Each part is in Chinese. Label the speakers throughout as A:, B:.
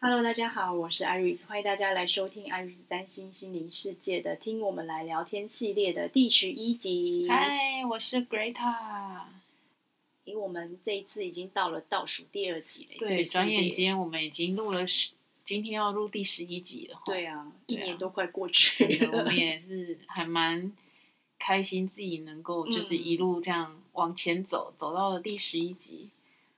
A: Hello，大家好，我是 Iris，欢迎大家来收听 Iris 占星心灵世界的“听我们来聊天”系列的第十一集。
B: 嗨，我是 Greta。哎
A: 因为我们这一次已经到了倒数第二集了，这
B: 对，
A: 个系
B: 转眼
A: 列，
B: 间我们已经录了十，今天要录第十一集了。，
A: 对啊，一
B: 对啊
A: 年都快过去
B: 真的，哦我
A: 了
B: 们。也是还蛮开心，自己能够就是
A: 嗯
B: 一路这样往前走，走到了第十一集。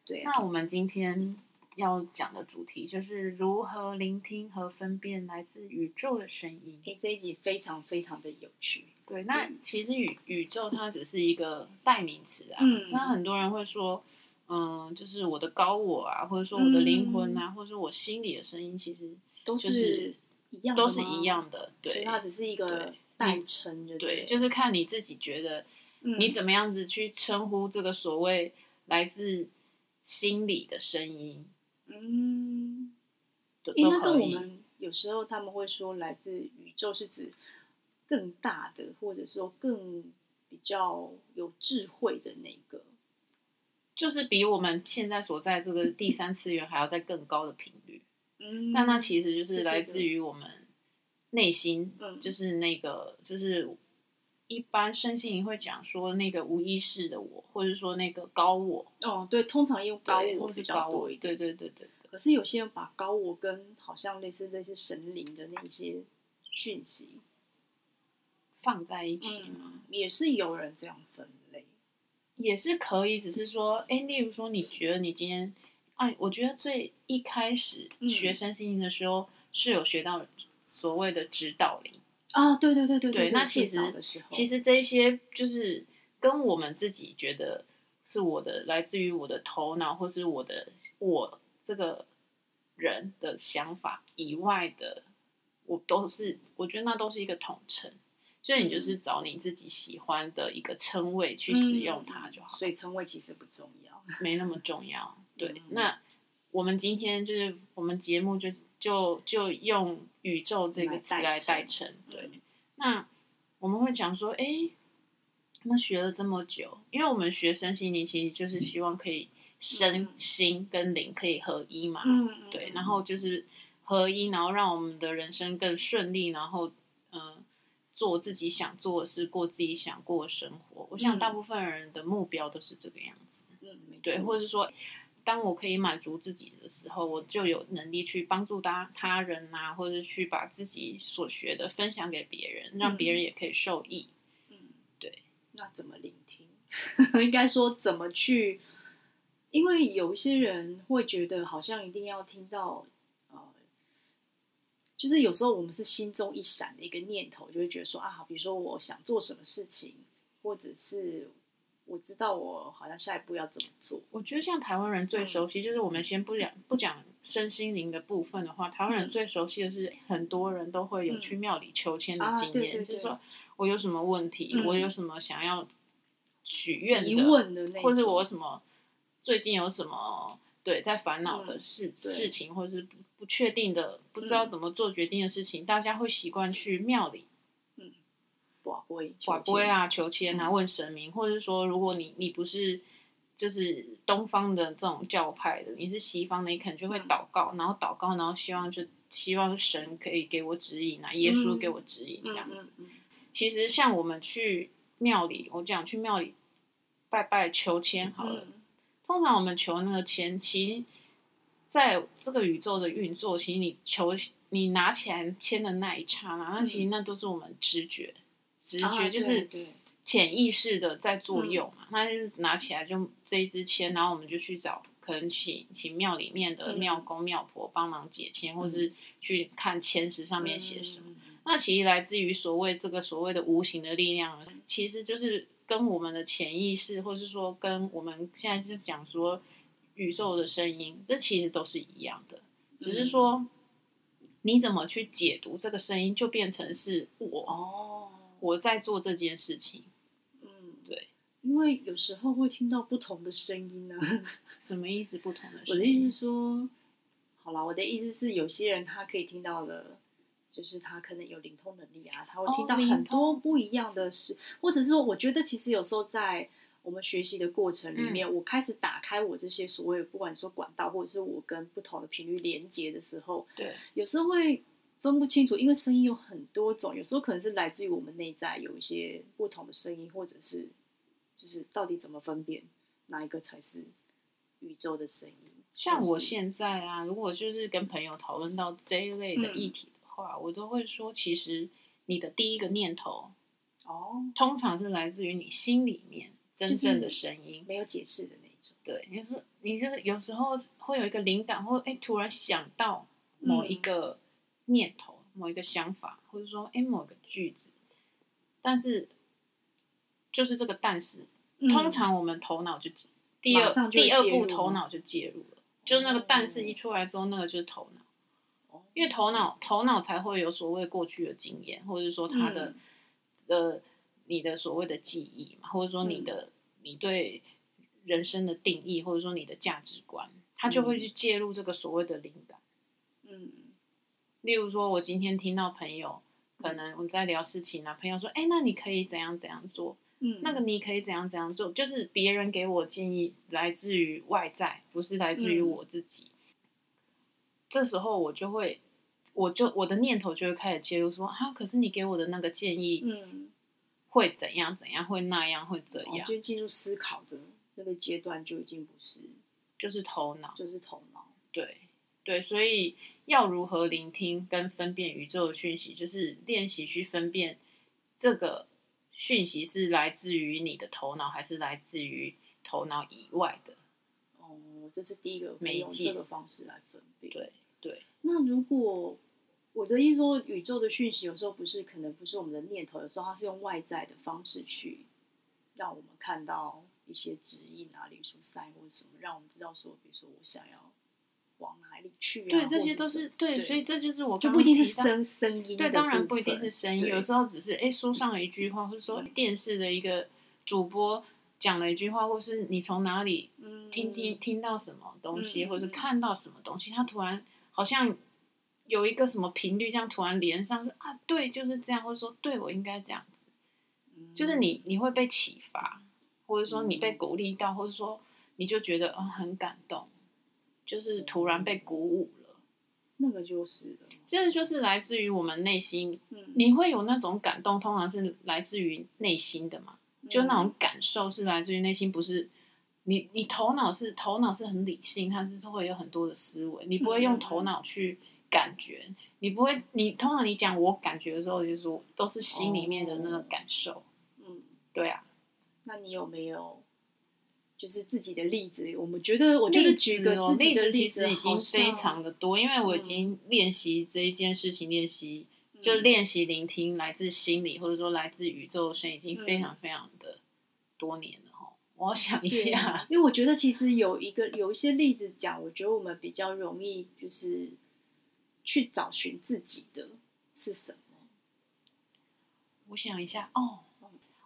A: 对啊，
B: 那我们今天要讲的主题就是如何聆听和分辨来自宇宙的声音。
A: 诶，这一集非常非常的有趣。
B: 对，那
A: 嗯
B: 其实宇宇宙它只是一个代名词啊。
A: 嗯
B: 那很多人会说，嗯，就是我的高我啊，或者说
A: 嗯
B: 我的灵魂啊，或者说我心里的声音，其实
A: 都
B: 就是
A: 一样的
B: 都是
A: 吗
B: 一，样的。
A: 所以
B: 对，
A: 它只是一个
B: 对
A: 代称，就对，
B: 对，
A: 嗯
B: 就是看你自己觉得你
A: 你
B: 怎么样子去称呼这个所谓来自心里的声音，
A: 嗯，
B: 都
A: 因为
B: 都
A: 那
B: 可
A: 跟我
B: 以。
A: 们有时候他们会说来自宇宙是指更大的，或者说更比较有智慧的那个。
B: 就是比我们现在所在这个第三次元还要在更高的频率，
A: 嗯
B: 那那其实就
A: 就是是
B: 来
A: 一个
B: 自于我们内心
A: 嗯
B: 就是那个，就是一般身心灵会讲说那个无意识的我，或者说那个高我，
A: 哦，对，通常用高
B: 对
A: 我
B: 或
A: 比
B: 是
A: 较
B: 高
A: 多
B: 我，
A: 一
B: 对
A: 点。
B: 对对对对。
A: 可是有些人把高我跟好像类似类似神灵的那些讯息，
B: 放在一起嘛，
A: 嗯，也是有人这样分类。
B: 也是可以，只是说，哎，例如说，你觉得你今天，哎，我觉得最一开始
A: 嗯
B: 学身心灵的时候、是有学到所谓的指导灵，
A: 啊，对对对对
B: 对那其
A: 最
B: 实
A: 早的时候，
B: 其实这一些就是跟我们自己觉得是我的，来自于我的头脑或是我的我这个人的想法以外的，我都是我觉得那都是一个统称，所以你
A: 嗯
B: 就是找你自己喜欢的一个称谓去使
A: 嗯
B: 用它就好，
A: 所以称谓其实不重要。
B: 没那么重要。对，
A: 嗯
B: 那我们今天就是我们节目就就就用宇宙这个词
A: 来代
B: 来
A: 称
B: 代称，对。
A: 嗯，
B: 那我们会讲说，哎、那学了这么久，因为我们学身心灵其实就是希望可以身
A: 嗯
B: 心跟灵可以合一嘛，
A: 嗯嗯
B: 对，
A: 嗯
B: 然后就是合一，然后让我们的人生更顺利，然后嗯、呃做自己想做的事，过自己想过的生活。我想
A: 嗯
B: 大部分人的目标都是这个样子，
A: 嗯，没
B: 对，
A: 错
B: 或者是说。当我可以满足自己的时候，我就有能力去帮助他他人啊，或者是去把自己所学的分享给别人，让别人也可以受益。
A: 嗯，
B: 对。
A: 那怎么聆听？ 应该说怎么去？因为有一些人会觉得好像一定要听到，呃，就是有时候我们是心中一闪的一个念头，就会觉得说啊，比如说我想做什么事情，或者是我知道我好像下一步要怎么做。
B: 我觉得像台湾人最
A: 嗯
B: 熟悉，就是我们先不讲不讲身心灵的部分的话，台
A: 嗯
B: 湾人最熟悉的是很多人都会有去庙里求签的
A: 啊
B: 经
A: 对
B: 验，
A: 对
B: 就是
A: 对
B: 说我有什么问题，
A: 嗯
B: 我有什么想要许愿
A: 疑
B: 的，
A: 问的那种，
B: 或者我有什么最近有什么对在烦恼的事、
A: 嗯对嗯
B: 事情，或者是不不确定的、不知道怎么做决定的事情，大家会习惯去庙里
A: 寡龟，
B: 法规，啊、求签
A: 嗯
B: 啊、问神明，或者是说，如果你你不是就是东方的这种教派的，你是西方的，你可能就会
A: 嗯
B: 祷告，然后祷告，然后希望就希望神可以给我指引啊，耶稣
A: 嗯
B: 给我指引这
A: 嗯
B: 样。
A: 嗯嗯，
B: 其实像我们去庙里，我讲去庙里拜拜求签好了，
A: 嗯
B: 通常我们求那个签，其实在这个宇宙的运作，其实你求你拿起来签的那一刹那，那其实那都是我们直觉，直
A: 嗯啊
B: 觉就是
A: 对对嗯
B: 潜意识的在作用嘛。那就是拿起来就这一支签，然后我们就去找，可能请请庙里面的
A: 嗯
B: 庙公庙婆帮忙解签，或是去看签石上面写什么。
A: 嗯嗯嗯
B: 那其实来自于所谓这个所谓的无形的力量，其实就是跟我们的潜意识，或是说跟我们现在是讲说宇宙的声音，这其实都是一样的，只是说
A: 嗯
B: 你怎么去解读这个声音，就变成是我
A: 哦，
B: 我在做这件事情，
A: 嗯，
B: 对，
A: 因为有时候会听到不同的声音呢、
B: 什么意思？不同的
A: 我
B: 声
A: 的意
B: 音，
A: 思说，好啦，我的意思是，有些人他可以听到的，就是他可能有灵通能力啊，他会听到
B: 哦灵
A: 很多
B: 通
A: 不一样的事，或者是说，我觉得其实有时候在我们学习的过程里
B: 嗯
A: 面，我开始打开我这些所谓的不管说管道，或者是我跟不同的频率连接的时候，
B: 对，
A: 有时候会分不清楚，因为声音有很多种，有时候可能是来自于我们内在有一些不同的声音，或者是就是到底怎么分辨哪一个才是宇宙的声音。
B: 像我
A: 是
B: 现在啊，如果就是跟朋友讨论到这一类的
A: 嗯
B: 议题的话，我都会说，其实你的第一个念头
A: 哦，
B: 通常是来自于你心里面真正的声音。
A: 没有解释的那种，
B: 对，你是你就是有时候会有一个灵感，或哎、突然想到某一个念头、某一个想法，或者说哎、某一个句子，但是就是这个但是通常我们头脑就介第
A: 马上
B: 二
A: 就
B: 第二
A: 介入
B: 步
A: 吗
B: 头脑就介入了，就是那个但是
A: 哦
B: 一出来之后，那个就是头脑，
A: 嗯
B: 因为头脑头脑才会有所谓过去的经验，或者是说他的、呃你的所谓的记忆嘛，或者说你
A: 嗯
B: 的、你对人生的定义，或者说你的价值观，他就会去介入这个所谓的灵感。
A: 嗯
B: 例如说，我今天听到朋友可能我们在聊事情啊，朋友说，哎、那你可以怎样怎样做，
A: 嗯
B: 那个你可以怎样怎样做，就是别人给我建议来自于外在，不是来自于我自
A: 嗯
B: 己。这时候我就会，我就我的念头就会开始介入说啊，可是你给我的那个建议
A: 嗯，
B: 会怎样怎样，会那样会这
A: 我
B: 样，
A: 就进入思考的那个阶段，就已经不是
B: 就是头脑
A: 就是头脑，
B: 对对，所以要如何聆听跟分辨宇宙的讯息，就是练习去分辨这个讯息是来自于你的头脑，还是来自于头脑以外的。
A: 哦，这是第一个会
B: 媒
A: 用
B: 介
A: 这个方式来分辨。
B: 对对。
A: 那如果我的意思说，宇宙的讯息有时候不是可能不是我们的念头，有时候它是用外在的方式去让我们看到一些指引啊，例如说塞或者什么，让我们知道说，比如说我想要往哪里去啊，
B: 对，这些
A: 或者
B: 都
A: 什么
B: 是对，
A: 对
B: 所以这就是我
A: 就
B: 刚
A: 不一定是
B: 刚提到。
A: 声声音的部
B: 对，
A: 分，
B: 当然不一定是声音，
A: 对
B: 有时候只是哎书上的一句话，或者说电视的一个主播讲了一句话，或是你从哪里
A: 嗯
B: 听听听到什么东西，
A: 嗯
B: 或是
A: 嗯嗯
B: 看到什么东西，它突然好像有一个什么频率，这样突然连上，说啊对，就是这样，或者说对我应该这样子，就是你你会被启发，或者说你被
A: 嗯
B: 鼓励到，或者说你就觉得嗯很感动，就是突然被鼓舞了。
A: 那个就是了，
B: 这就是来自于我们内心，
A: 嗯，
B: 你会有那种感动，通常是来自于内心的嘛，就
A: 嗯
B: 那种感受是来自于内心，不是你你头脑是头脑是很理性，它是会有很多的思维，你不会
A: 嗯
B: 用头脑去感觉，你不会你通常你讲我感觉的时候，就是说都是心里面的
A: 哦
B: 那个感受，
A: 嗯，
B: 对啊，
A: 那你有没有就是自己的例子？我们觉得，我觉得举个自己
B: 例子,、
A: 的
B: 哦、
A: 例
B: 其
A: 子
B: 实已经
A: 好像
B: 非常的多，因为我已经练习这一件事情练习。就
A: 嗯
B: 练习聆听来自心里或者说来自宇宙的声音，已经
A: 嗯
B: 非常非常的多年了哈。我要想一
A: 对
B: 下，
A: 因为我觉得其实有一个有一些例子讲，我觉得我们比较容易就是去找寻自己的是什么。
B: 我想一下哦，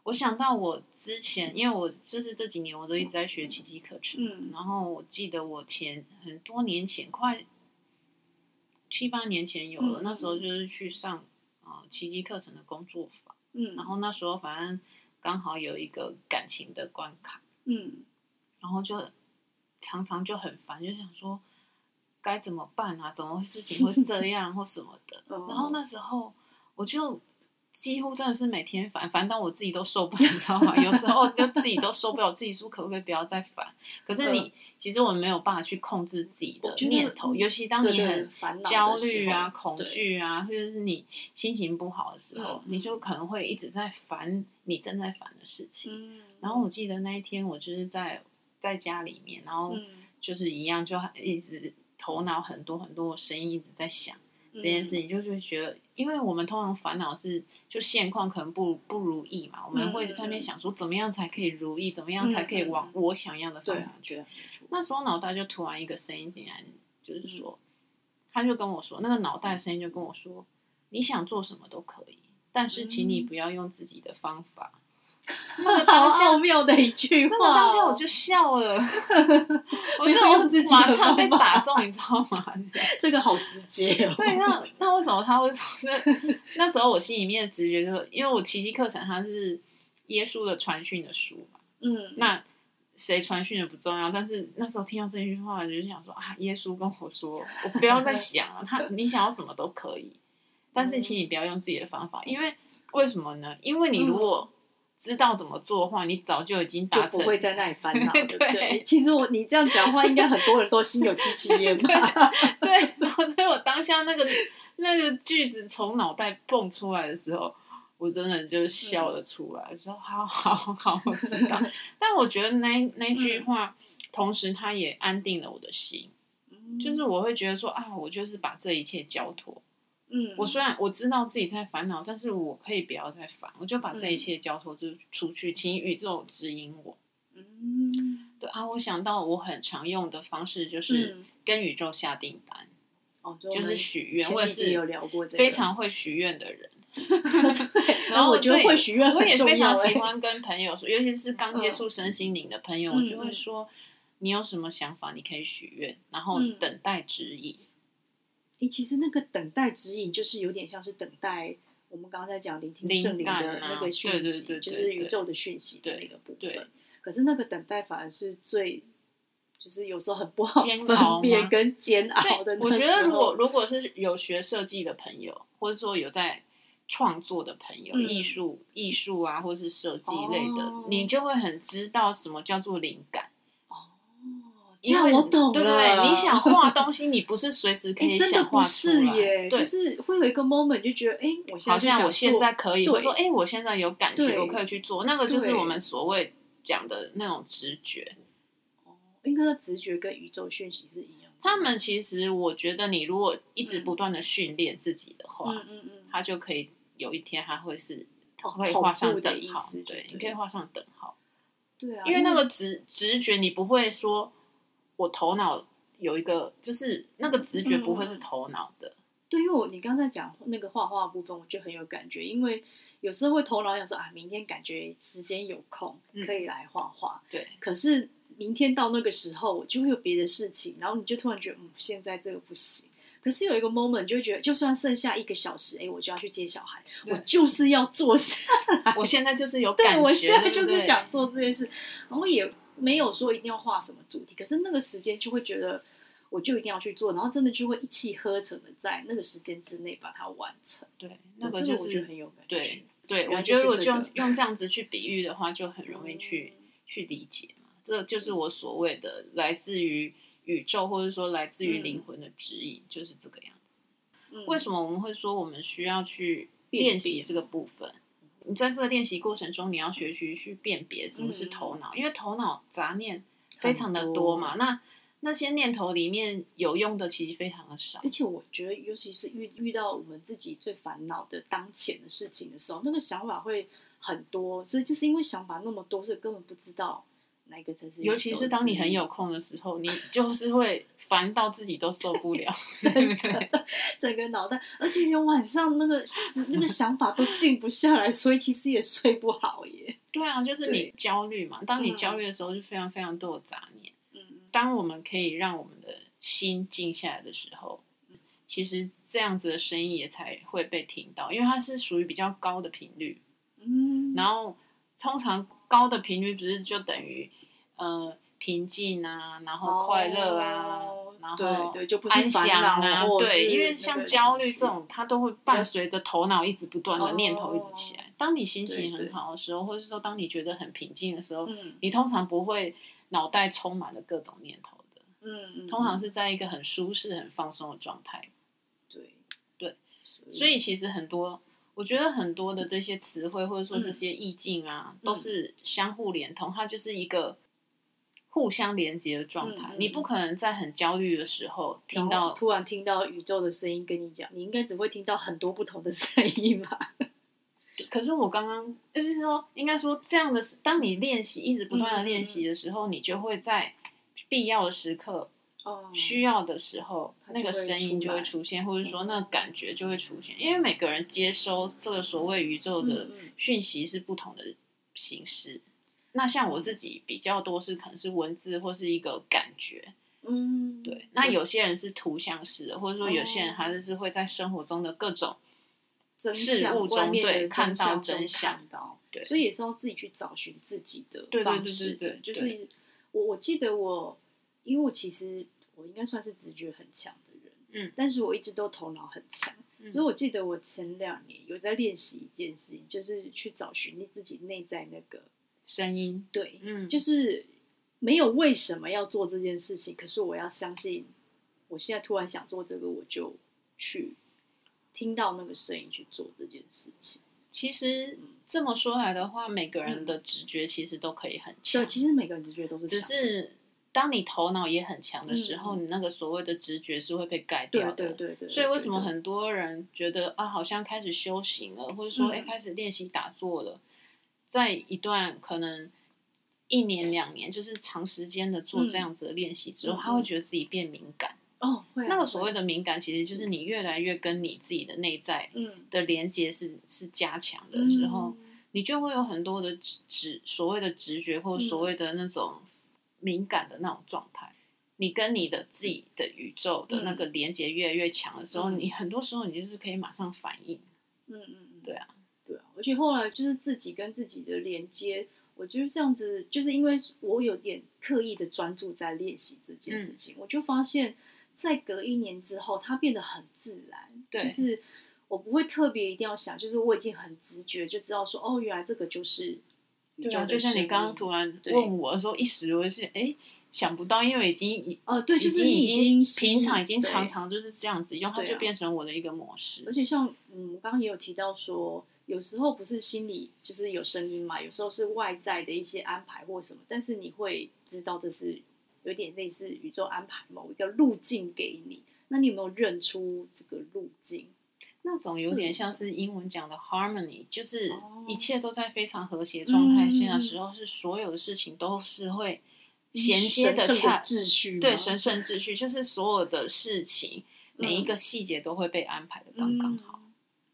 B: 我想到我之前，因为我就是这几年我都一直在学奇迹课程，
A: 嗯
B: 然后我记得我前很多年前，快七八年前有了，
A: 嗯
B: 那时候就是去上呃奇迹课程的工作坊，
A: 嗯，
B: 然后那时候反正刚好有一个感情的关卡，
A: 嗯
B: 然后就常常就很烦，就想说该怎么办啊？怎么会事情会 这样或什么的？
A: 哦
B: 然后那时候我就几乎真的是每天烦，烦到我自己都受不了，你 知道吗？有时候就自己都受不了，自己说可不可以不要再烦？可是你、其实我们没有办法去控制自己的
A: 嗯我觉得嗯
B: 念头，尤其当
A: 对
B: 你
A: 对，
B: 很
A: 烦恼
B: 焦
A: 的时
B: 虑啊、
A: 候
B: 恐
A: 对
B: 惧啊，或者是你心情不好的时候
A: 嗯，
B: 你就可能会一直在烦你正在烦的事情。
A: 嗯，
B: 然后我记得那一天我就是在在家里面，然后
A: 嗯
B: 就是一样，就一直头脑很多很多的声音一直在想这件
A: 嗯
B: 事，情，就是觉得，因为我们通常烦恼是就现况可能不不如意嘛，我们会在那
A: 嗯
B: 边想说怎么样才可以如意，怎么样才可以往我想要的
A: 嗯对
B: 方向
A: 啊，
B: 去
A: 觉。得没错
B: 那时候脑袋就突然一个声音进来，
A: 嗯
B: 就是说，他就跟我说，那个脑袋的声音就跟我说，你想做什么都可以，但是请你
A: 嗯
B: 不要用自己的方法。
A: 好奥妙的一句话哦，
B: 那个当下我就笑了， 我
A: 没
B: 就
A: 有用自己的
B: 马上被
A: 方法
B: 打中，你知道吗？
A: 这个好直接哦，
B: 对，那那为什么他会说？ 那那时候我心里面的直觉就是，因为我奇迹课程它是耶稣的传讯的书嘛，
A: 嗯，
B: 那谁传讯的不重要，但是那时候听到这句话，我就想说啊，耶稣跟我说，我不要再想了，他你想要什么都可以，但是请你不要用自己的方法，因为为什么呢？因
A: 嗯
B: 为你如果知道怎么做的话，你早就已经
A: 就
B: 达
A: 不
B: 成。
A: 会在那里烦恼，对不对
B: 对？
A: 其实我你这样讲话，应该很多人都心有戚戚焉吧？
B: 对，然后所以我当下那个那个句子从脑袋蹦出来的时候，我真的就
A: 嗯
B: 笑了出来，说好好好，我知道。但我觉得那那
A: 嗯
B: 句话，同时它也安定了我的心，就是我会觉得说啊，我就是把这一切交托。
A: 嗯，
B: 我虽然我知道自己在烦恼，但是我可以不要再烦，我就把这一切交托就出去，请宇宙指引我。
A: 嗯
B: 对啊，我想到我很常用的方式就是
A: 嗯，
B: 跟宇宙下订单，
A: 哦，
B: 就
A: 我
B: 是
A: 们
B: 许愿，
A: 前
B: 我也
A: 几集
B: 是
A: 有聊过这个
B: 非常会许愿的人。
A: 对，
B: 然后
A: 我觉得
B: 对
A: 会许愿
B: 我
A: 很
B: 也
A: 重
B: 非
A: 要
B: 常
A: 欸。
B: 喜欢跟朋友说，尤其是刚接触身心灵的朋友，
A: 嗯
B: 我就会说，你有什么想法，你可以许愿，然后
A: 嗯
B: 等待指 引。
A: 诶其实那个等待指引，就是有点像是等待我们刚刚在讲聆听
B: 灵
A: 圣灵
B: 感
A: 的
B: 啊
A: 那个
B: 对
A: 讯
B: 对
A: 息，
B: 对
A: 就
B: 对
A: 是宇
B: 对
A: 宙的讯息的
B: 对
A: 那个部
B: 对
A: 分。可是那个等待反而是最，就是有时候很不好
B: 煎熬
A: 分
B: 吗
A: 辨跟煎熬的
B: 对，
A: 那时候。
B: 我觉得如果如果是有学设计的朋友，或者说有在创作的朋友，
A: 嗯
B: 艺术艺术啊，或是设计类的，
A: 哦
B: 你就会很知道什么叫做灵感。
A: 哦，这
B: 因
A: 样
B: 为
A: 我懂了。
B: 对不对？你想画东西，你不是随 时可
A: 哎，
B: 以
A: 真的
B: 想画
A: 不
B: 出
A: 是
B: 来，
A: 耶，
B: 对
A: 就，是会有一个 moment 就觉得，哎，我现
B: 好
A: 在就
B: 像
A: 想
B: 我现
A: 做
B: 在可以，
A: 对
B: 我说哎、我现在有感
A: 对
B: 觉，我可以去做，那个就是
A: 对
B: 我们所谓讲的那种直觉。
A: 应该直觉跟宇宙讯息是一样的。
B: 他们其实，我觉得你如果一直不断的训练自己的话，
A: 嗯嗯嗯，
B: 它就可以有一天，它会是
A: 哦
B: 会
A: 同
B: 画
A: 步
B: 上
A: 的
B: 等
A: 意
B: 号
A: 思，就
B: 对，你
A: 对
B: 可以画上等号，
A: 对啊，
B: 因为那个直直觉，你不会说我头脑有一个，就是那个直觉不会
A: 嗯
B: 是头脑的，
A: 对，因为我你刚才讲那个画画的部分，我就很有感觉，因为有时候会头脑想说啊，明天感觉时间有空，
B: 嗯
A: 可以来画画。
B: 对，
A: 可是明天到那个时候，我就会有别的事情，然后你就突然觉得，嗯，现在这个不行。可是有一个 moment 就会觉得，就算剩下一个小时，哎，我就要去接小孩，
B: 对
A: 我就是要做事。
B: 我现在就是有感
A: 对，
B: 觉，
A: 我现在就是
B: 对不对
A: 想做这件事，然后也没有说一定要画什么主题，可是那个时间就会觉得我就一定要去做，然后真的就会一气呵成的在那个时间之内把它完成。
B: 对，那个
A: 这
B: 就
A: 我
B: 是
A: 觉得很有感觉，
B: 对，对，
A: 原
B: 我
A: 来
B: 觉
A: 就
B: 得
A: 是
B: 如
A: 这
B: 果就
A: 个
B: 用用这样子去比喻的话，就很容易去、
A: 嗯
B: 去理解嘛。这就是我所谓的来自于宇宙，或者说来自于
A: 嗯
B: 灵魂的指引，就是这个样子。
A: 嗯
B: 为什么我们会说我们需要去
A: 辨
B: 练
A: 别
B: 习这个部分？你在这个练习过程中，你要学习去辨别什么是
A: 嗯
B: 头脑，因为头脑杂念
A: 很
B: 非常的多嘛。那那些念头里面有用的其实非常的少
A: 而。且我觉得，尤其是遇遇到我们自己最烦恼的当前的事情的时候，那个想法会很多，所以就是因为想法那么多，所以根本不知道哪一个才是宇宙的指引。
B: 尤其是当你很有空的时候，你就是会烦到自己都受不了，对不对？
A: 整个脑袋，而且连晚上那个思那个想法都静不下来，所以其实也睡不好耶。
B: 对啊，就是你
A: 对
B: 焦虑嘛。当你
A: 嗯
B: 焦虑的时候，就非常非常多的杂念。
A: 嗯，
B: 当我们可以让我们的心静下来的时候，其实这样子的声音也才会被听到，因为它是属于比较高的频率。
A: 嗯，
B: 然后通常高的频率不是就等于呃平静啊，然后快乐啊，
A: 哦
B: 然后
A: 对对，就不是
B: 安
A: 烦
B: 详
A: 恼
B: 啊，
A: 或者
B: 对，
A: 是
B: 因为
A: 那
B: 像
A: 个
B: 焦
A: 情
B: 虑
A: 绪哦
B: 这，种，它都会伴随着头脑一直不断的念头一直起来。当你心
A: 对
B: 情
A: 对
B: 很好的时候，或者是说当你觉得很平静的时候，
A: 嗯
B: 你通常不会脑袋充满了各种念头的，
A: 嗯嗯，
B: 通常
A: 是
B: 是在一个很舒适、很放松的状态。
A: 对
B: 对，
A: 嗯
B: 所以其实很多，我觉得很多的这些词汇或者说
A: 嗯
B: 这些意境啊，都是相互连通，它就是一个互相连接的状态。
A: 嗯嗯
B: 你不可能在很焦虑的时候听
A: 然后
B: 到
A: 突然听到宇宙的声音跟你讲，你应该只会听到很多不同的声音 吧？
B: 可是我刚刚就是说，应该说这样的是，当你练习一直
A: 嗯
B: 不断的练习的时候，你就会在必要的时刻、
A: 哦
B: 需要的时候，
A: 它就
B: 那个
A: 会
B: 声音
A: 出
B: 就
A: 来嗯
B: 会出现，或者说那个感觉就会出现，因为每个人接收这个所谓宇宙的
A: 嗯嗯
B: 讯息是不同的形式。那像我自己比较多是可能是文字或是一个感觉，
A: 嗯，
B: 对。那有些人是图像式的，或者说有些
A: 哦
B: 人还是是会在生活中的各种
A: 真
B: 事
A: 相
B: 物
A: 外
B: 中
A: 面的
B: 对看到
A: 相
B: 真
A: 中
B: 相
A: 看到，
B: 对
A: 所以也是要自己去找寻自己的
B: 对对
A: 方式
B: 对对
A: 的。就
B: 对
A: 是我我记得我，因为我其实我应该算是直觉很强的人，
B: 嗯，
A: 但是我一直都头脑很强，
B: 嗯
A: 所以我记得我前两年有在练习一件事情，就是去找寻你自己内在那个
B: 声音，
A: 对，
B: 嗯，
A: 就是没有为什么要做这件事情，可是我要相信，我现在突然想做这个，我就去听到那个声音去做这件事情。
B: 其实这么说来的话，每个人的直觉其实都可以很强，
A: 对，嗯其实每个人直觉都是
B: 只
A: 强
B: 是当你头脑也很强的时候，
A: 嗯
B: 你那个所谓的直觉是会被盖
A: 对
B: 掉的。
A: 对对对对，
B: 所以为什么
A: 对
B: 很多人觉得啊，好像开始修行了，或者说
A: 嗯
B: 哎、诶开始练习打坐了，在一段可能一年两年，就是长时间的做
A: 嗯
B: 这样子的练习之后，
A: 嗯
B: 他会觉得自己变敏感。
A: 哦会啊
B: 那个所谓
A: 会
B: 的敏感，其实就是你越来越跟你自己的内在
A: 嗯
B: 的连接是是加强的时候，
A: 嗯
B: 你就会有很多的直直所谓的直觉或
A: 嗯
B: 所谓的那种敏感的那种状态。你跟你的自己的宇宙的那个连接越来越强的时候，
A: 嗯
B: 你很多时候你就是可以马上反应。
A: 嗯嗯嗯，
B: 对啊，
A: 对啊，而且后来就是自己跟自己的连接，我觉得这样子，就是因为我有点刻意的专注在练习这件
B: 嗯
A: 事情，我就发现，在隔一年之后，它变得很自然，
B: 对
A: 就是我不会特别一定要想，就是我已经很直觉就知道说，哦，原来这个就是宇宙
B: 啊，
A: 的
B: 就像
A: 声
B: 你
A: 音
B: 刚刚突然
A: 对
B: 问我的时候，一时我是哎、诶想不到，因为已经
A: 呃，对，就是
B: 已
A: 你
B: 经
A: 已
B: 平常已经
A: 对
B: 常常就是这样子用，它
A: 对啊
B: 就变成我的一个模式
A: 而。且像嗯，我刚刚也有提到说，有时候不是心里就是有声音嘛，有时候是外在的一些安排或什么，但是你会知道这是有点类似宇宙安排某一个路径给你。那你有没有认出这个路径？
B: 那种有点像是英文讲的 harmony，就是
A: 哦
B: 一切都在非常和谐状态下的
A: 嗯
B: 时候，是所有的事情都是会衔接的
A: 神圣
B: 恰
A: 秩序吗，
B: 对神圣秩序，就是所有的事情每一个细节都会被安排的刚刚好。
A: 嗯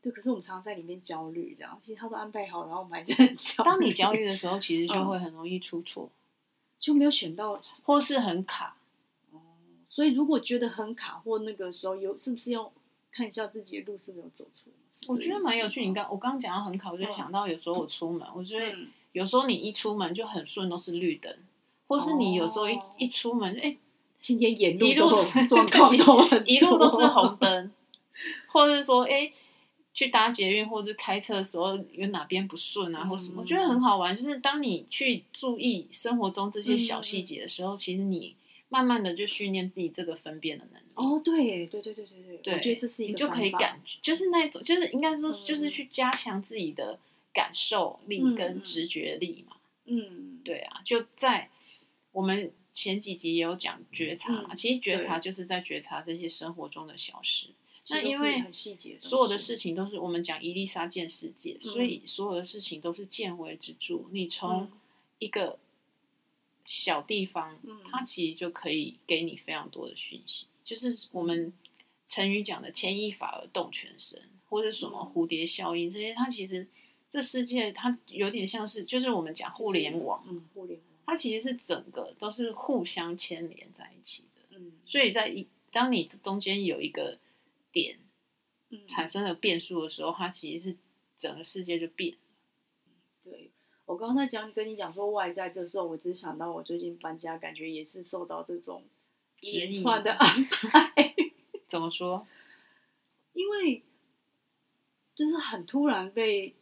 A: 对，可是我们常常在里面焦虑，这样其实他都安排好，然后我们还在 焦虑，
B: 当你焦虑 的时候，其实就
A: 嗯
B: 会很容易出错，
A: 就没有选到
B: 或是很卡。
A: 所以如果觉得很卡或那个时候有，是不是要看一下自己的路是没有走错？是哦这
B: 我
A: 个
B: 觉得
A: 意思
B: 蛮有趣。
A: 吗
B: 你刚我刚刚讲到很卡，我就
A: 嗯
B: 想到有时候我出门，我就会
A: 嗯
B: 有时候你一出门就很顺，都是绿灯，或是你有时候一
A: 哦
B: 一出门，哎，
A: 今天沿路
B: 一
A: 都
B: 路
A: 有状况都很
B: 一路都是
A: 多
B: 红灯，或者是说，哎、去搭捷运或者是开车的时候有哪边不顺啊，
A: 嗯
B: 或什么，我觉得很好玩。就是当你去注意生活中这些小
A: 嗯
B: 细节的时候，其实你慢慢的就训练自己这个分辨的能力。
A: 哦，对耶，对对对对对，
B: 对，
A: 我觉得这是一
B: 你
A: 个
B: 就可以
A: 方法
B: 感觉，就是那种，就是应该说，
A: 嗯
B: 就是去加强自己的感受力
A: 嗯
B: 跟
A: 嗯
B: 直觉力嘛。
A: 嗯，
B: 对啊，就在我们前几集也有讲觉察嘛，
A: 嗯
B: 其实觉察
A: 对
B: 就是在觉察这些生活中的小事。
A: 其实
B: 那因
A: 都是
B: 为
A: 很细节的东西，
B: 所有的事情都是我们讲一粒沙见世界，
A: 嗯
B: 所以所有的事情都是见微知著。你从
A: 嗯
B: 一个小地方，
A: 嗯
B: 它其实就可以给你非常多的讯息，就是我们成语讲的“牵一发而动全身”或者什么
A: 嗯
B: 蝴蝶效应这些，它其实这世界它有点像是，就是我们讲互联网，
A: 嗯，互联网，
B: 它其实是整个都是互相牵连在一起的。
A: 嗯
B: 所以在一当你中间有一个点。
A: 嗯，
B: 产生了变数的时候，它其实是整个世界就变。
A: 对。我刚刚在讲跟你讲说外在这时候，我只想到我最近搬家，感觉也是受到这种一连
B: 指引啊
A: 串的安排。
B: 怎么说？
A: 因为就是很突然被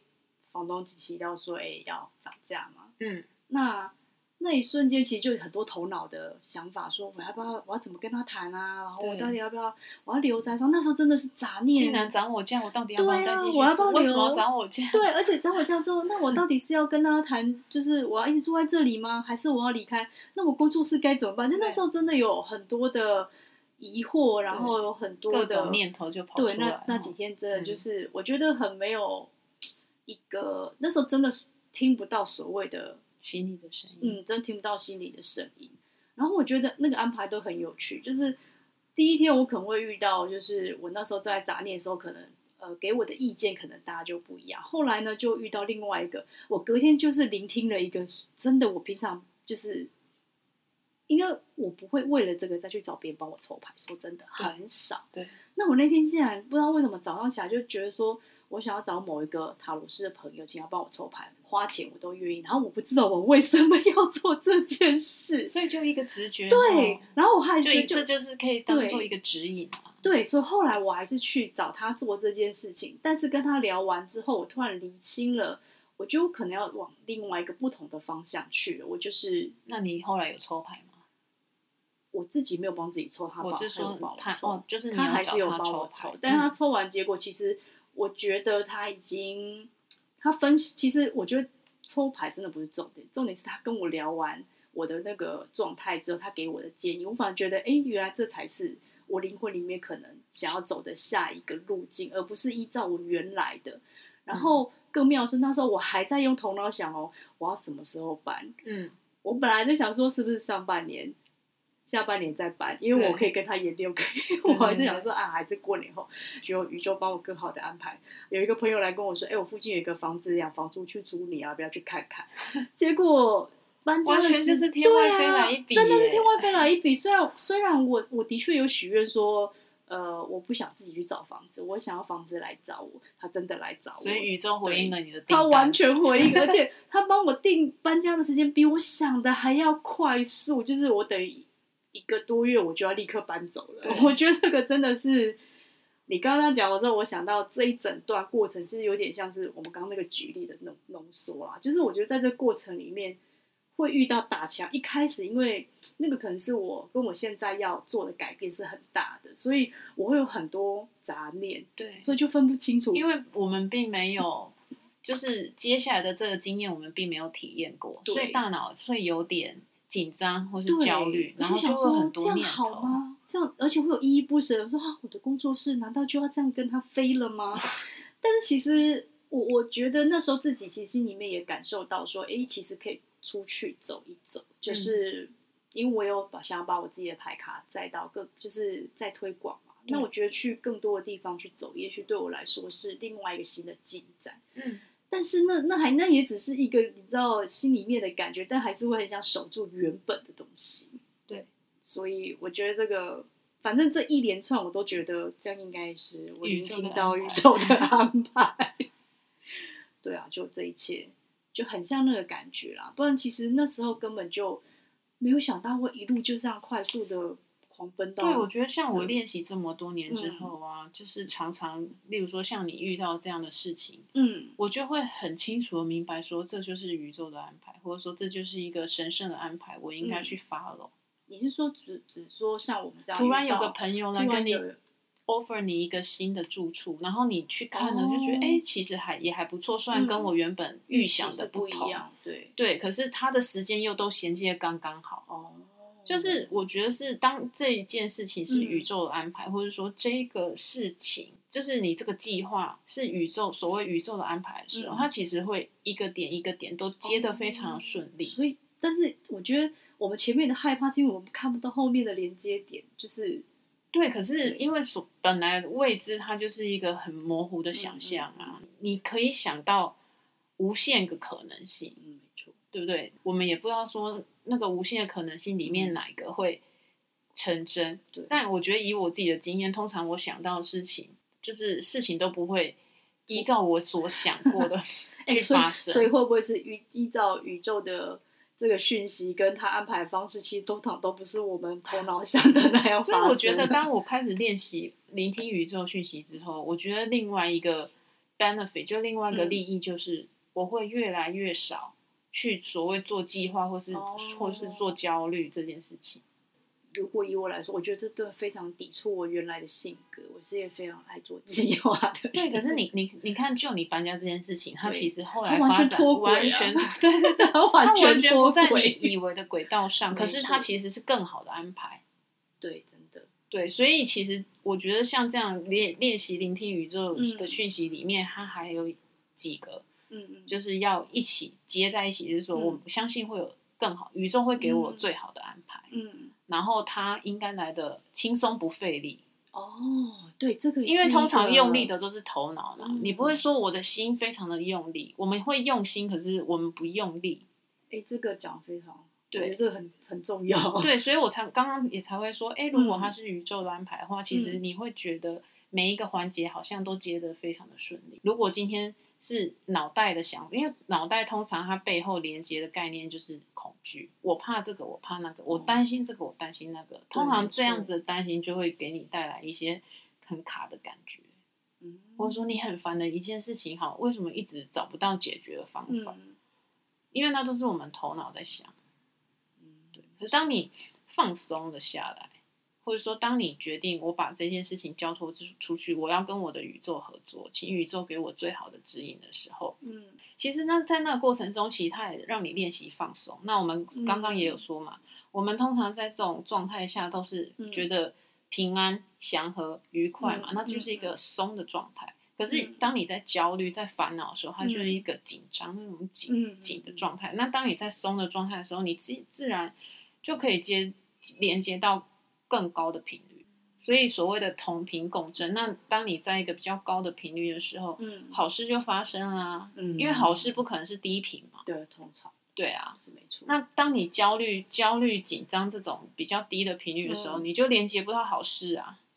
A: 房东提到说，哎、要涨价嘛。
B: 嗯，
A: 那那一瞬间，其实就有很多头脑的想法，说我要不要，我要怎么跟他谈啊？然后我
B: 对
A: 到底要不要，我要留在房？那时候真的是杂念，
B: 竟然涨我价，我到底要不要
A: 对啊
B: 再继续住？
A: 我要不要
B: 为什么
A: 留
B: 涨我价？
A: 对，而且找我家之后，那我到底是要跟他谈，就是我要一直住在这里吗？还是我要离开？那我工作室该怎么办？就那时候真的有很多有很多的疑惑，然后有很多
B: 各
A: 的
B: 种念头就跑出
A: 对，
B: 来。
A: 那那几
B: 哦
A: 天真的就
B: 嗯
A: 是，我觉得很没有一个那时候真的听不到所谓的，
B: 心里的声音，
A: 嗯，真听不到心里的声音。然后我觉得那个安排都很有趣，就是第一天我可能会遇到，就是我那时候在杂念的时候，可能呃给我的意见可能大家就不一样。后来呢，就遇到另外一个，我隔天就是聆听了一个真的，我平常就是。应该我不会为了这个再去找别人帮我抽牌，说真的
B: 对
A: 很少。
B: 对，
A: 那我那天竟然不知道为什么早上起来就觉得说，我想要找某一个塔罗师的朋友，请他帮我抽牌，花钱我都愿意。然后我不知道我为什么 要做这件事，
B: 所以就一个直觉，
A: 对，，然后我还
B: 哦就
A: 觉得
B: 这就是可以当做一个指引嘛。
A: 对，所以后来我还是去找他做这件事情，但是跟他聊完之后，我突然厘清了，我就可能要往另外一个不同的方向去了。我就是
B: 那你后来有抽牌吗？
A: 我自己没有帮自己抽，他帮
B: 我是
A: 他有
B: 说
A: 帮我
B: 他
A: 抽
B: 哦，就是你
A: 他
B: 要
A: 还是有
B: 找
A: 帮
B: 抽
A: 我
B: 牌
A: 抽，，但是他
B: 嗯
A: 抽完结果，其实我觉得他已经他分析，其实我觉得抽牌真的不是重点，重点是他跟我聊完我的那个状态之后，他给我的建议，我反而觉得，哎，原来这才是我灵魂里面可能想要走的下一个路径，而不是依照我原来的。然后更妙的是，那时候我还在用头脑想哦，我要什么时候搬，
B: 嗯，
A: 我本来在想说是不是上半年、下半年再搬，因为
B: 对
A: 我可以跟他延六个 月。
B: 对
A: 我还在想说啊，还是过年后，结果宇宙帮我更好的安排。有一个朋友来跟我说，哎、我附近有一个房子，两房租去租，你要啊不要去看看？ 结果搬家的
B: 完全
A: 时
B: 就是天外
A: 对啊
B: 飞来一笔
A: 真的是
B: 耶
A: 天外飞来一笔。虽然虽然我我的确有许愿说。呃，我不想自己去找房子，我想要房子来找我。他真的来找我，
B: 所以宇宙回应了你的订
A: 他
B: 单，
A: 完全回应，而且他帮我订搬家的时间比我想的还要快速，就是我等于一个多月我就要立刻搬走了
B: 对。
A: 我觉得这个真的是，你刚刚讲完之后，我想到这一整段过程，其实有点像是我们刚刚那个举例的浓浓缩啦。就是我觉得在这过程里面会遇到打墙，一开始因为那个可能是我跟我现在要做的改变是很大的，所以我会有很多杂念，
B: 对，
A: 所以就分不清楚。
B: 因为我们并没有，就是接下来的这个经验，我们并没有体验过，
A: 对
B: 所以大脑会有点紧张或是
A: 对
B: 焦虑，
A: 我
B: 然后
A: 想
B: 就
A: 说
B: 会很多
A: 这
B: 念
A: 样好
B: 头。
A: 吗？这样，而且会有依依不舍。我说啊，我的工作室难道就要这样跟他飞了吗？ 但是其实我我觉得那时候自己其实心里面也感受到说，诶，其实可以出去走一走，
B: 嗯
A: 就是因为我有把想要把我自己的牌卡再到更就是再推广嘛。
B: 对
A: 那我觉得去更多的地方去走，也许对我来说是另外一个新的进展。
B: 嗯，
A: 但是那那还那也只是一个你知道心里面的感觉，但还是会很想守住原本的东西。
B: 对，
A: 所以我觉得这个，反正这一连串我都觉得这样应该是我
B: 宇
A: 聆
B: 宙的
A: 听到
B: 安
A: 宇
B: 排
A: 宙的安排。 对啊，就这一切就很像那个感觉啦，不然其实那时候根本就没有想到会一路就这样快速的狂奔到。
B: 对，我觉得像我
A: 是嗯
B: 练习这么多年之后啊，就是常常，例如说像你遇到这样的事情，
A: 嗯，
B: 我就会很清楚的明白说，这就是宇宙的安排，或者说这就是一个神圣的安排，我应该
A: 嗯
B: 去 follow。
A: 你是说只只说像我们这样
B: 突
A: 遇
B: 然有个
A: 到
B: 朋友
A: 突
B: 来
A: 然
B: 跟你
A: 有人
B: offer 你一个新的住处，然后你去看了，就觉得
A: 哦
B: 哎、诶其实还也还不错，虽
A: 嗯
B: 然跟我原本预想
A: 是
B: 的
A: 不一
B: 同，
A: 样，对，
B: 对，可是它的时间又都衔接得刚刚好。
A: 哦，
B: 就是我觉得是当这一件事情是
A: 嗯
B: 宇宙的安排，或者说这个事情就是你这个计划是宇宙所谓宇宙的安排的时候，
A: 嗯
B: 它其实会一个点一个点都接得非常顺利。
A: 所以，但是我觉得我们前面的害怕是因为我们看不到后面的连接点，就是
B: 对，可是因为所本来未知，它就是一个很模糊的
A: 嗯
B: 想象啊，你可以想到无限个可能性，
A: 嗯，没错，
B: 对不对？我们也不知道说那个无限的可能性里
A: 嗯
B: 面哪一个会成真，
A: 对，
B: 但我觉得以我自己的经验，通常我想到的事情，就是事情都不会依照我所想过的
A: 哎
B: 去
A: 所
B: 发
A: 以
B: 生。
A: 所以会不会是依依照宇宙的？这个讯息跟他安排的方式，其实通常都不是我们头脑想的那样发生的。
B: 所以我觉得，当我开始练习聆听宇宙讯息之后，我觉得另外一个 benefit 就另外一个
A: 嗯
B: 利益就是，我会越来越少去所谓做计划或是、
A: 哦
B: 或是做焦虑这件事情。
A: 如果以我来说，我觉得这对非常抵触我原来的性格。我是一个非常爱做计划的人。
B: 嗯对，可是你你你看，就你搬家这件事情，它
A: 对
B: 其实后
A: 它
B: 来
A: 完
B: 发
A: 全
B: 展
A: 脱轨啊
B: 完全对对对，
A: 他
B: 它
A: 完
B: 完全不
A: 脱
B: 在
A: 轨，
B: 你以为的轨道上，
A: 没
B: 可是它
A: 错
B: 其实是更好的安排。
A: 对，真的，
B: 对，所以其实我觉得像这样练练习聆听宇宙
A: 嗯
B: 的讯息里面，它还有几个
A: 嗯嗯，
B: 就是要一起接在一起，就是说
A: 嗯
B: 我相信会有更好，宇宙会给我
A: 嗯
B: 最好的安排，
A: 嗯，
B: 然后它应该来的轻松不费力，
A: 哦，对，这个也
B: 因为
A: 是
B: 通
A: 一
B: 常
A: 个
B: 用力的都是头脑嘛，
A: 嗯
B: 你不会说我的心非常的用力，我们会用心，可是我们不用力，
A: 哎、这个讲得非常好我觉
B: 对
A: 得这个很很重要。
B: 对，所以我才刚刚也才会说，哎，如果它是宇宙的安排的话，其实你会觉得每一个环节好像都接得非常的顺利。如果今天是脑袋的想，因为脑袋通常它背后连接的概念就是恐惧，我怕这个，我怕那个，我担心这个，我担心那个。通常这样子的担心就会给你带来一些很卡的感觉，
A: 嗯，
B: 或者说你很烦的一件事情，好，为什么一直找不到解决的方法？
A: 嗯，
B: 因为那都是我们头脑在想。嗯对，可是当你放松了下来，或者说当你决定我把这件事情交托出出去，我要跟我的宇宙合作，请宇宙给我最好的指引的时候，
A: 嗯，
B: 其实那在那个过程中，其实它也让你练习放松。那我们
A: 嗯
B: 刚刚也有说嘛，我们通常在这种状态下都是
A: 嗯
B: 觉得平安、祥和、愉快嘛，
A: 嗯
B: 那就是一个松的状态。可是
A: 嗯
B: 当你在焦虑、在烦恼的时候，它就是一个紧张那种紧
A: 嗯
B: 紧的状态。那当你在松的状态的时候，你自自然就可以接连接到更高的频率。所以所谓的同频共振，那当你在一个比较高的频率的时候，
A: 嗯，
B: 好事就发生啦、
A: 嗯，
B: 因为好事不可能是低频嘛。
A: 对，通常
B: 对啊，
A: 是没错。
B: 那当你焦虑、焦虑、紧张这种比较低的频率的时候，
A: 嗯
B: 你就连接不到好事啊。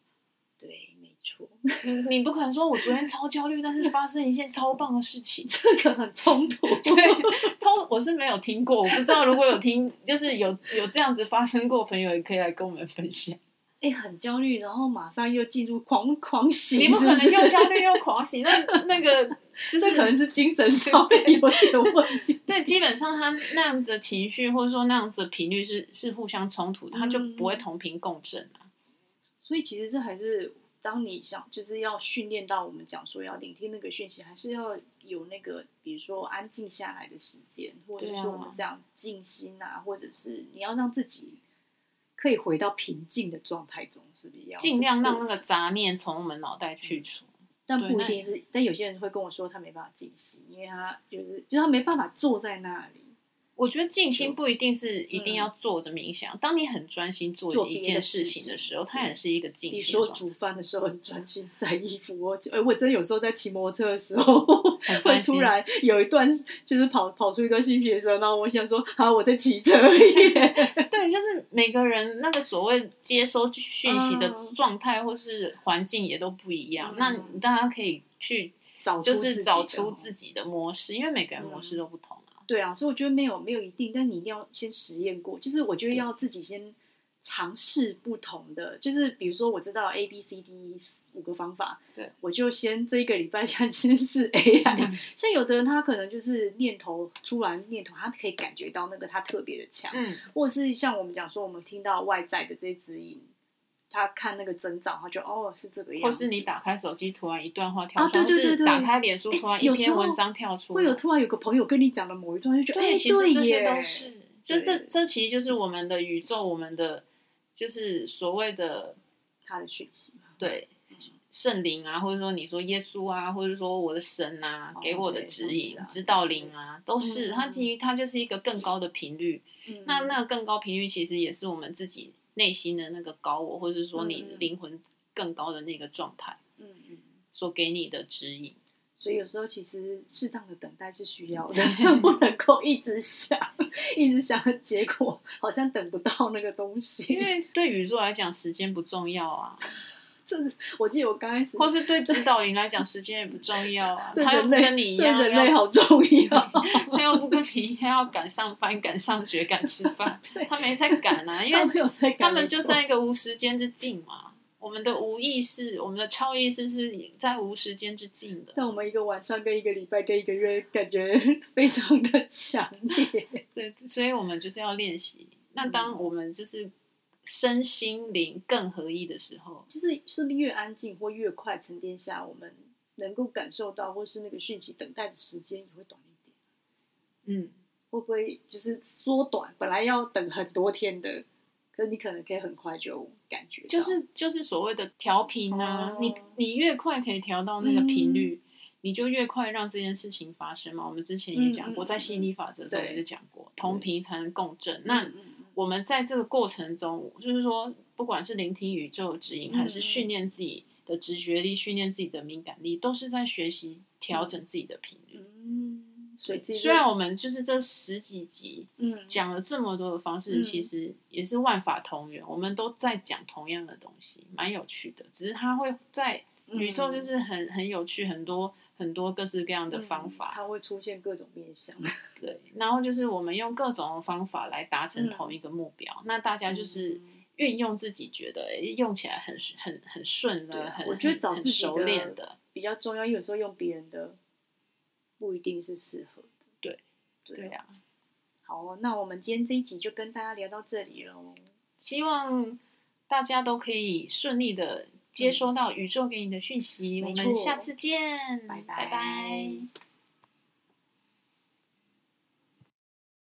A: 对，没错，
B: 你你不可能说我昨天超焦虑，但是发生一件超棒的事情。
A: 这个很冲突。
B: 对，通我是没有听过，我不知道如果有听，就是有有这样子发生过，朋友也可以来跟我们分享。
A: 哎、很焦虑，然后马上又进入狂狂喜，
B: 你不可能
A: 是不
B: 又
A: 是
B: 焦虑又狂喜，那那个 就
A: 这
B: 是
A: 可能是精神上面有点问题。
B: 对，基本上他那样子的情绪，或者说那样子的频率是是互相冲突，他就不会同频共振啊。
A: 所以其实这还是当你想就是要训练到我们讲说要聆听那个讯息，还是要有那个比如说安静下来的时间，或者
B: 对啊
A: 说我们这样静心啊，或者是你要让自己可以回到平静的状态中，是不是要
B: 尽量让那
A: 这
B: 个
A: 过程？
B: 杂念从我们脑袋
A: 嗯
B: 去除。
A: 但
B: 对
A: 不一
B: 那
A: 定是，但有些人会跟我说他没办法静心，因为他就是就是他没办法坐在那里
B: 我觉得静心不一定是一定要坐着冥想，当你很专心
A: 嗯做
B: 做
A: 别的
B: 一件事情的时候，
A: 情
B: 它也是一个静
A: 比如
B: 心的
A: 说
B: 状态。
A: 煮饭的时候很专心晒衣服，我哎、我真有时候在骑摩托车的时候，会
B: 专心
A: 突然有一段就是跑跑出一段新学生，然后我想说，啊，我在骑车 耶，
B: 对，就是每个人那个所谓接收讯息的
A: 嗯
B: 状态或是环境也都不一样。
A: 嗯
B: 那你大家可以去
A: 找
B: 就
A: 出自己
B: 是
A: 的哦嗯
B: 找出自己的模式，因为每个人模式都不同啊。
A: 对啊，所以我觉得没有没有一定，但你一定要先实验过，就是我觉得要自己先尝试不同的，就是比如说我知道 A B C D 五个方法，
B: 对，
A: 我就先这一个礼拜先先试 AI，
B: 嗯
A: 像有的人他可能就是念头突然念头，他可以感觉到那个他特别的强，
B: 嗯，
A: 或者是像我们讲说，我们听到外在的这些指引，他看那个征兆，他就哦是这个样
B: 或
A: 子，
B: 是你打开手机突然一段话跳
A: 啊
B: 出来，
A: 对对对
B: 或是
A: 对
B: 打开脸书
A: 哎
B: 突然一
A: 有时
B: 篇
A: 候
B: 文章跳出来，
A: 会有突然有个朋友跟你讲的某一段，就觉得哎、
B: 对，其实这
A: 对
B: 些
A: 耶，
B: 都是，就这
A: 对
B: 这其实就是我们的宇宙，我们的就是所谓的
A: 他的讯息嘛，
B: 对圣灵啊，或者说你说耶稣啊，或者说我的神啊，
A: 哦
B: 给我的
A: 对
B: 指
A: 上
B: 引
A: 次啊、
B: 指导灵啊，都是
A: 嗯
B: 它其实它就是一个更高的频率。
A: 嗯
B: 那那个更高频率其实也是我们自己内心的那个高我，或者说你
A: 嗯嗯
B: 灵魂更高的那个状态
A: 嗯嗯。
B: 所给你的指引。
A: 所以有时候其实适当的等待是需要的，不能够一直想，一直想，结果好像等不到那个东
B: 因
A: 西。
B: 为对宇宙来讲，时间不重要啊，
A: 这是我记得我刚开始
B: 或是对指导灵来讲，时间也不重要啊。
A: 对
B: 他又
A: 人
B: 不
A: 类
B: 跟你一
A: 对
B: 样，
A: 人
B: 要
A: 类好重 要，
B: 他又不跟你一样要赶上班、赶上学、赶吃饭
A: 对，
B: 他没在赶啊，因
A: 他
B: 为
A: 没有在
B: 他
A: 赶
B: 们
A: 没
B: 就
A: 错
B: 在一个无时间之境嘛。我们的无意识，我们的超意识是在无时间之境的。
A: 但我们一个晚上跟一个礼拜跟一个月，感觉 非常的强烈。
B: 对，所以我们就是要练习。那
A: 嗯
B: 当我们就是身心灵更合一的时候，
A: 就是是不是越安静或越快沉淀下，我们能够感受到，或是那个讯息等待的时间也会短一点？
B: 嗯，
A: 会不会就是缩短？本来要等很多天的，可是你可能可以很快就感觉到
B: 就是就是所谓的调频啊，
A: 哦嗯
B: 你你越快可以调到那个频率，你就越快让这件事情发生嘛。我们之前也讲
A: 嗯
B: 过，
A: 嗯嗯
B: 在吸引力法则的时候
A: 对
B: 也就讲过，同频才能共振。那
A: 嗯嗯
B: 我们在这个过程中，就是说，不管是聆听宇宙的指引，
A: 嗯
B: 还是训练自己的直觉力、训练自己的敏感力，都是在学习调整自己的频率。
A: 嗯，随机
B: 虽然我们就是这十几集
A: 嗯
B: 讲了这么多的方式，
A: 嗯
B: 其实也是万法同源，我们都在讲同样的东西，蛮有趣的。只是它会在
A: 嗯
B: 宇宙就是很很有趣，很多很多各式各样的方
A: 嗯
B: 法。
A: 它会出现各种面向。
B: 对，然后就是我们用各种方法来达成
A: 嗯
B: 同一个目标。那大家就是
A: 嗯
B: 运用自己觉得、诶用起来很很很顺
A: 对
B: 的，
A: 啊
B: 很
A: 我觉得找
B: 很
A: 自己
B: 熟
A: 的
B: 练的。
A: 比较重要，因为有时候用别人的不一定是适合的。
B: 对，
A: 对
B: 对
A: 啊。
B: 啊，
A: 好哦，那我们今天这一集就跟大家聊到这里哦喽。
B: 希望大家都可以顺利的接收到宇宙给你的讯息。
A: 嗯没
B: 我
A: 错
B: 们下次见，
A: 拜
B: 拜
A: 拜
B: 拜